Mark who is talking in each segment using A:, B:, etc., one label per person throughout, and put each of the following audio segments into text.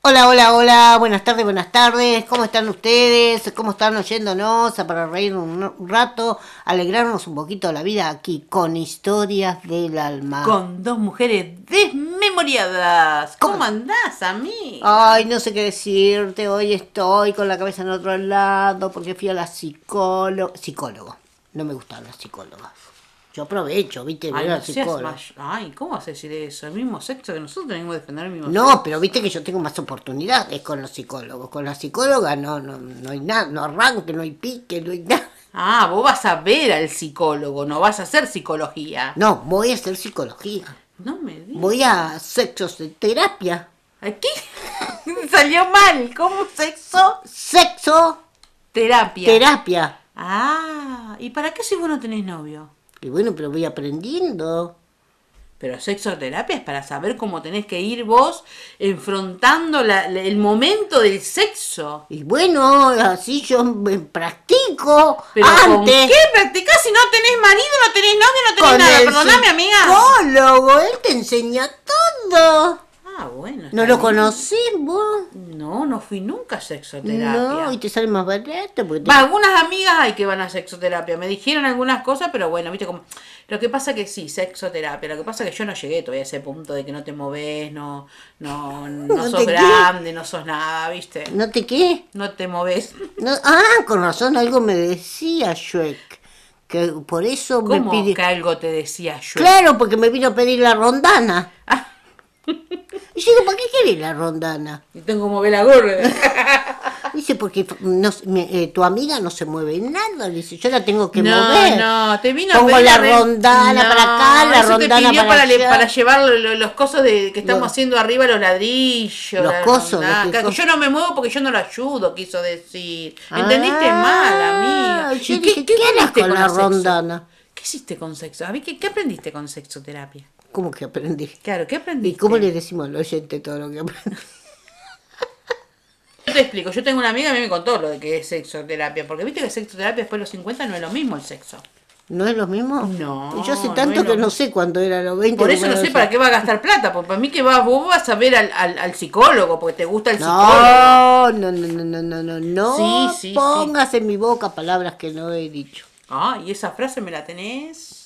A: Hola, hola, hola, buenas tardes, buenas tardes, ¿cómo están ustedes? ¿Cómo están oyéndonos? A Para reír un un rato, alegrarnos un poquito la vida aquí con historias del alma.
B: Con dos mujeres desmemoriadas. ¿Cómo andás, amiga?
A: Ay, no sé qué decirte, hoy estoy con la cabeza en otro lado porque fui a la psicóloga. Psicólogo, no me gustan las psicólogas. Yo aprovecho, viste, voy a
B: Ay,
A: la
B: no seas
A: psicóloga.
B: may- Ay, ¿cómo vas a decir eso? El mismo sexo que nosotros tenemos que defender el mismo
A: No, pero viste que yo tengo más oportunidades con los psicólogos. Con la psicóloga no, no, no hay nada, no arranque, no hay pique, no hay nada.
B: Ah, vos vas a ver al psicólogo, no vas a hacer psicología.
A: No, voy a hacer psicología.
B: No me digas.
A: Voy a sexos de terapia.
B: Aquí salió mal. ¿Cómo sexo?
A: Sexo
B: Terapia.
A: terapia.
B: ah, ¿y para qué si vos no tenés novio?
A: Y bueno, pero voy aprendiendo.
B: Pero sexoterapia es para saber cómo tenés que ir vos enfrentando la- la- el momento del sexo.
A: Y bueno, así yo me practico
B: Pero ¿con
A: antes.
B: qué practicás si no tenés marido, no tenés novio, no tenés
A: Con
B: nada?
A: el
B: Perdóname, amiga.
A: psicólogo, él te enseña todo.
B: Ah, bueno.
A: ¿No
B: está
A: lo
B: bien.
A: conocés vos?
B: No, no fui nunca a sexoterapia.
A: No, y te sale más barato porque te
B: Va, algunas amigas hay que van a sexoterapia. Me dijeron algunas cosas, pero bueno, viste como. Lo que pasa que sí, sexoterapia. Lo que pasa que yo no llegué todavía a ese punto de que no te moves, no, no, no,
A: No
B: sos
A: te qué.
B: grande, no sos nada, viste.
A: ¿No te qué?
B: No te moves.
A: No, ah, con razón, algo me decía Shrek. Que por eso me
B: ¿Cómo
A: pidió.
B: que algo te decía yo?
A: Claro, porque me vino a pedir la rondana.
B: Ah.
A: Y yo digo, ¿para qué querés la rondana?
B: Y tengo que mover la gorda.
A: Dice, porque no se- me- eh, tu amiga no se mueve nada. Dice, yo la tengo que
B: no,
A: mover.
B: no, te vino
A: Pongo
B: a pedir
A: la
B: re-
A: rondana para acá, la
B: eso te
A: rondana
B: pidió
A: para
B: le-
A: allá.
B: para llevar lo- lo- los cosos de, que estamos
A: Los-
B: haciendo arriba, los ladrillos.
A: Los
B: la
A: cosos,
B: rondana.
A: los que
B: Claro, que
A: son-
B: yo no me muevo porque yo no lo ayudo, quiso decir. Entendiste
A: Ah,
B: mal, amiga.
A: Yo
B: ¿Y
A: dije, ¿qué, harás
B: aprendiste
A: con la
B: sexo?
A: rondana?
B: ¿Qué hiciste con sexo? A mí, ¿qué, qué aprendiste con sexoterapia?
A: ¿Cómo que aprendí?
B: Claro, ¿qué aprendiste?
A: ¿Y cómo le decimos al oyente todo lo que aprendí?
B: Yo te explico, yo tengo una amiga que a mí me contó lo de que es sexoterapia, porque viste que sexoterapia después de los 50 no es lo mismo el sexo.
A: ¿No es lo mismo?
B: No,
A: Yo hace
B: no
A: tanto
B: es lo
A: que no
B: mismo.
A: sé cuándo era los 20.
B: Por eso no
A: cuándo
B: sé
A: era
B: para qué va a gastar plata, porque para mí que vas, vos vas a ver al, al, al psicólogo, porque te gusta el psicólogo.
A: No, no, no, no, no, no, no, no
B: Sí, sí, sí.
A: pongas en mi boca palabras que no he dicho.
B: Ah, y esa frase me la tenés.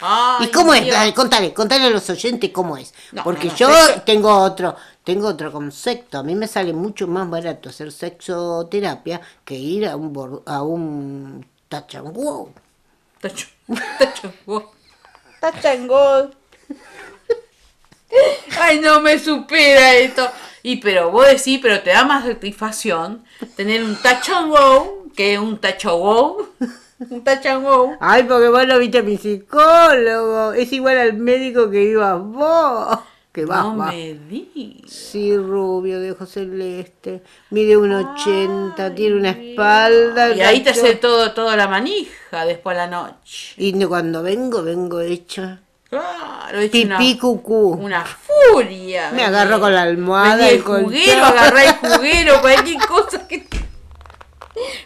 B: Ay,
A: ¿Y cómo es?
B: Dios.
A: Dale, Contale, contale a los oyentes cómo es.
B: No,
A: Porque
B: no, no,
A: yo
B: sexo-
A: tengo otro, tengo otro concepto. A mí me sale mucho más barato hacer sexoterapia que ir a un bor- a un tachanguo.
B: Tacho, tacho, vos. Tachangol. Ay, no me supera esto. Y pero vos decís, pero te da más satisfacción tener un tachangol que un tachogol. Un tachangol.
A: Ay, porque vos no viste a mi psicólogo. Es igual al médico que ibas vos. Que vas,
B: No
A: vas.
B: me digas.
A: Sí, rubio de ojos celeste. Mide un 80, tiene una
B: Ay,
A: espalda.
B: Y ahí te
A: gacho.
B: hace todo, toda la manija después a la noche.
A: Y no- cuando vengo, vengo hecha.
B: Claro, es una,
A: Pipí cucú.
B: una furia.
A: Me agarro con la almohada,
B: Venía
A: el
B: el
A: colchón.
B: juguero, agarrá el juguero, cualquier cosa que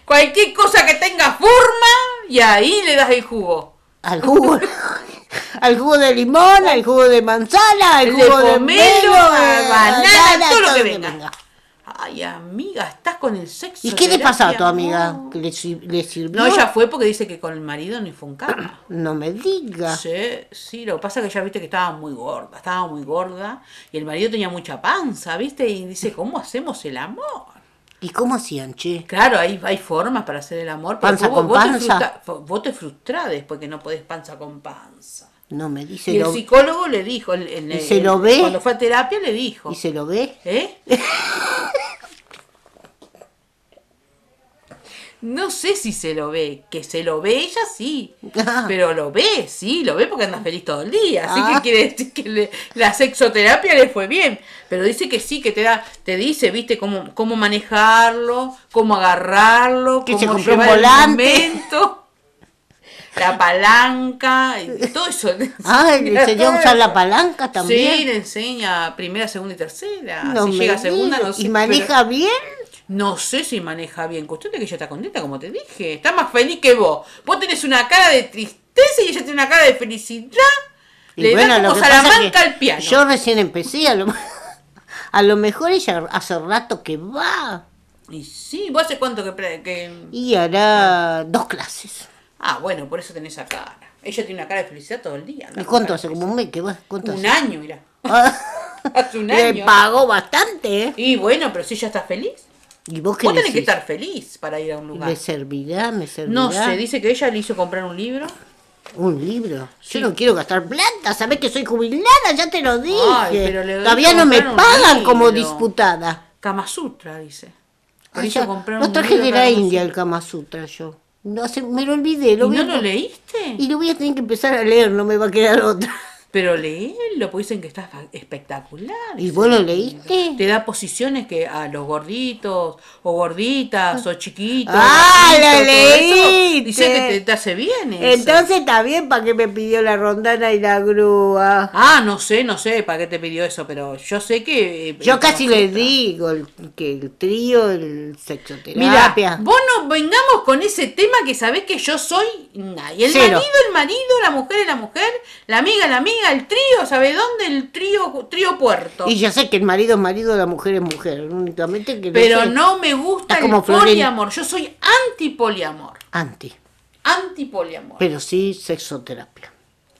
B: cualquier cosa que tenga forma y ahí le das el jugo.
A: Al jugo. al jugo de limón, al jugo de manzana, al
B: El
A: jugo
B: de
A: de
B: pomelo,
A: melo,
B: a
A: eh,
B: banana, todo lo que venga. Ay, amiga, estás con el sexo.
A: ¿Y qué le
B: terapia,
A: pasó a tu amiga?
B: amor.
A: ¿Que ¿Le, sir- le sirvió?
B: No, ella fue porque dice que con el marido ni fue un cama.
A: No me diga.
B: Sí, sí, lo que pasa es que ya viste que estaba muy gorda, estaba muy gorda y el marido tenía mucha panza, ¿viste? Y dice, ¿cómo hacemos el amor?
A: ¿Y cómo hacían, che?
B: Claro, hay, hay formas para hacer el amor, pero
A: Panza
B: vos,
A: con
B: vos te
A: panza.
B: frustra- fo- vos te frustrás después que no podés panza con panza.
A: No me dice.
B: y el
A: lo-
B: psicólogo le dijo, el- el-
A: ¿Y se
B: el-
A: lo ve?
B: cuando fue a terapia le dijo,
A: ¿Y se lo ve?
B: ¿eh? No sé si se lo ve, que se lo ve ella sí,
A: Ah.
B: pero lo ve, sí, lo ve porque anda feliz todo el día, así
A: Ah.
B: que quiere decir que le- la sexoterapia le fue bien, pero dice que sí, que te da, te dice, viste, cómo, cómo manejarlo, cómo agarrarlo,
A: Que se
B: cómo
A: compró un
B: llevar el
A: volante.
B: momento, la palanca, y todo eso.
A: Ah, ¿le enseñó a usar la palanca también?
B: Sí, le enseña primera, segunda y tercera.
A: No
B: si
A: me
B: llega a segunda,
A: diga.
B: no sé.
A: ¿Y
B: pero
A: maneja bien?
B: no sé si maneja bien. Cuestión de que ella está contenta, como te dije. Está más feliz que vos. Vos tenés una cara de tristeza y ella tiene una cara de felicidad.
A: Y
B: le
A: bueno,
B: da
A: lo
B: como
A: que pasa es
B: Salamanca
A: que
B: al piano.
A: Yo recién empecé a lo, A lo mejor ella hace rato que va
B: Y sí, ¿vos hace cuánto que, pre- que-
A: y hará dos clases.
B: Ah, bueno, por eso tenés esa cara. Ella tiene una cara de felicidad todo el día.
A: ¿Y
B: ¿no?
A: cuánto hace? ¿Como un mes que va? ¿Cuánto
B: Un
A: hace? Ah,
B: año, mira. Hace un
A: Le
B: año.
A: pagó bastante, ¿eh?
B: Y bueno, pero si ella está feliz.
A: ¿Y vos qué
B: Vos tenés que
A: decís?
B: estar feliz para ir a un lugar.
A: ¿Me servirá? ¿Me servirá?
B: No sé, dice que ella le hizo comprar un libro.
A: ¿Un libro?
B: Sí.
A: Yo no quiero gastar plata, sabés que soy jubilada, ya te lo dije.
B: pero le
A: Todavía
B: hizo
A: no me
B: comprar un
A: pagan como
B: libro.
A: disputada.
B: Kama Sutra, dice. Le
A: Ay,
B: hizo
A: ya,
B: comprar
A: lo
B: un
A: traje
B: libro
A: de
B: Kama
A: la India
B: Sutra.
A: el Kama Sutra yo. No sé, me lo olvidé. Lo
B: ¿Y
A: voy
B: no
A: a-
B: lo leíste?
A: Y lo voy a tener que empezar a leer, no me va a quedar otra.
B: Pero leerlo, porque dicen que está fa- espectacular.
A: ¿Y vos lo leíste?
B: Te da posiciones que a los gorditos, o gorditas, o chiquitos.
A: ¡Ah,
B: gorditos,
A: lo
B: todo eso,
A: leíste!
B: Dice que te, te hace bien eso.
A: Entonces está bien para que me pidió la rondana y la grúa.
B: Ah, no sé, no sé para qué te pidió eso, pero yo sé que. eh,
A: Yo
B: Kama
A: casi le
B: Sutra.
A: digo el- que el trío, el
B: Mira,
A: sexoterapia.
B: vos no vengamos con ese tema que sabés que yo soy nadie. El
A: Cero.
B: marido, el marido, la mujer es la mujer, la amiga, la amiga, el trío, ¿sabe dónde? El trío, trío puerto.
A: Y yo sé que el marido es marido, la mujer es mujer. Únicamente que
B: Pero
A: sé.
B: no me
A: Está
B: gusta el
A: como Florencia.
B: poliamor. Yo soy antipoliamor.
A: Anti.
B: Antipoliamor.
A: Pero sí sexoterapia.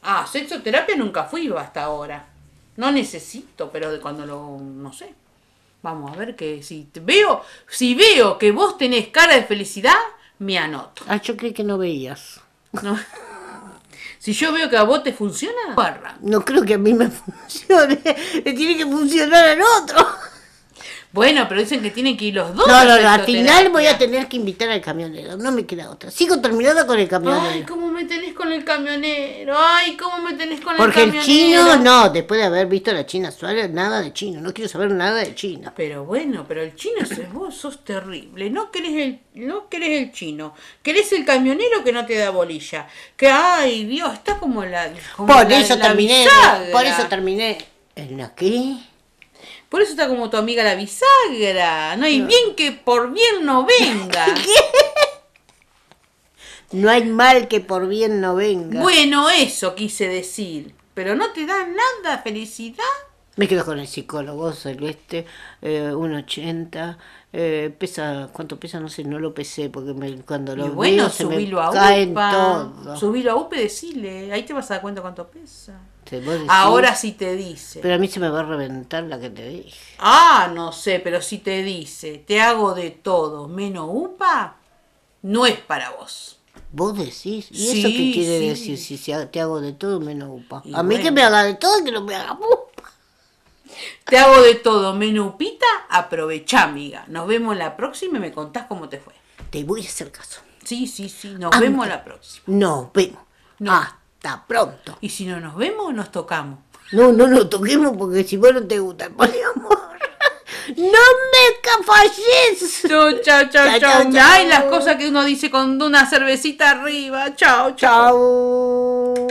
B: Ah, sexoterapia nunca fui hasta ahora. No necesito, pero de cuando lo. no sé. Vamos a ver que si te- veo, si veo que vos tenés cara de felicidad, me anoto.
A: Ah, yo creí que no veías.
B: No. Si yo veo que a vos te funciona, barra.
A: No creo que a mí me funcione. Le tiene que funcionar al otro.
B: Bueno, pero dicen que tienen que ir los dos.
A: No,
B: a
A: no, no. Al
B: sexoterapia.
A: final voy a tener que invitar al camionero. No me queda otra. Sigo terminando con el
B: Ay,
A: camionero.
B: cómo me tenés con el camionero. Ay, cómo me tenés con
A: Porque
B: el
A: el
B: camionero.
A: chino, no. Después de haber visto a la China Suárez, nada de chino. No quiero saber nada de China.
B: Pero bueno, pero el chino es, vos sos terrible. No querés, el, no querés el chino. Querés el camionero que no te da bolilla. Que, ay, Dios, está como la. como
A: Por
B: la-
A: eso
B: la
A: terminé.
B: bisagra.
A: Por eso terminé. ¿En la qué?
B: Por eso está como tu amiga la bisagra. No, y bien que por bien no venga.
A: No hay mal que por bien no venga.
B: bueno, eso quise decir. Pero no te da nada felicidad.
A: Me quedo con el psicólogo celeste, eh, 1,80. eh, pesa, ¿cuánto pesa? No sé, no lo pesé porque me, cuando lo
B: y bueno,
A: veo se me
B: subilo a
A: caen
B: UPA.
A: todos.
B: Subilo a UPA y decile. Ahí te vas a dar cuenta cuánto pesa.
A: Te voy a decir,
B: Ahora sí te dice.
A: Pero a mí se me va a reventar la que te dije.
B: Ah, no sé, pero si te dice, te hago de todo menos UPA, no es para vos.
A: Vos decís, ¿y
B: Sí,
A: eso qué quiere
B: sí.
A: decir? Si se ha- te hago de todo menos upa.
B: Y
A: a mí que
B: bueno.
A: me haga de todo y que no me haga upa.
B: Te hago de todo menos UPita, aprovechá, amiga. Nos vemos la próxima y me contás cómo te fue.
A: Te voy a hacer caso.
B: Sí, sí, sí, nos
A: Anda.
B: vemos la próxima.
A: Nos vemos.
B: No.
A: Hasta pronto.
B: Y si no nos vemos, nos tocamos.
A: No, no lo toquemos porque si vos no te gusta el poliamor, no me falles.
B: Chau, chau, chau,
A: Chau,
B: chau.
A: chau, chau.
B: Ay, las cosas que uno dice con una cervecita arriba. Chau, chau.
A: Chao.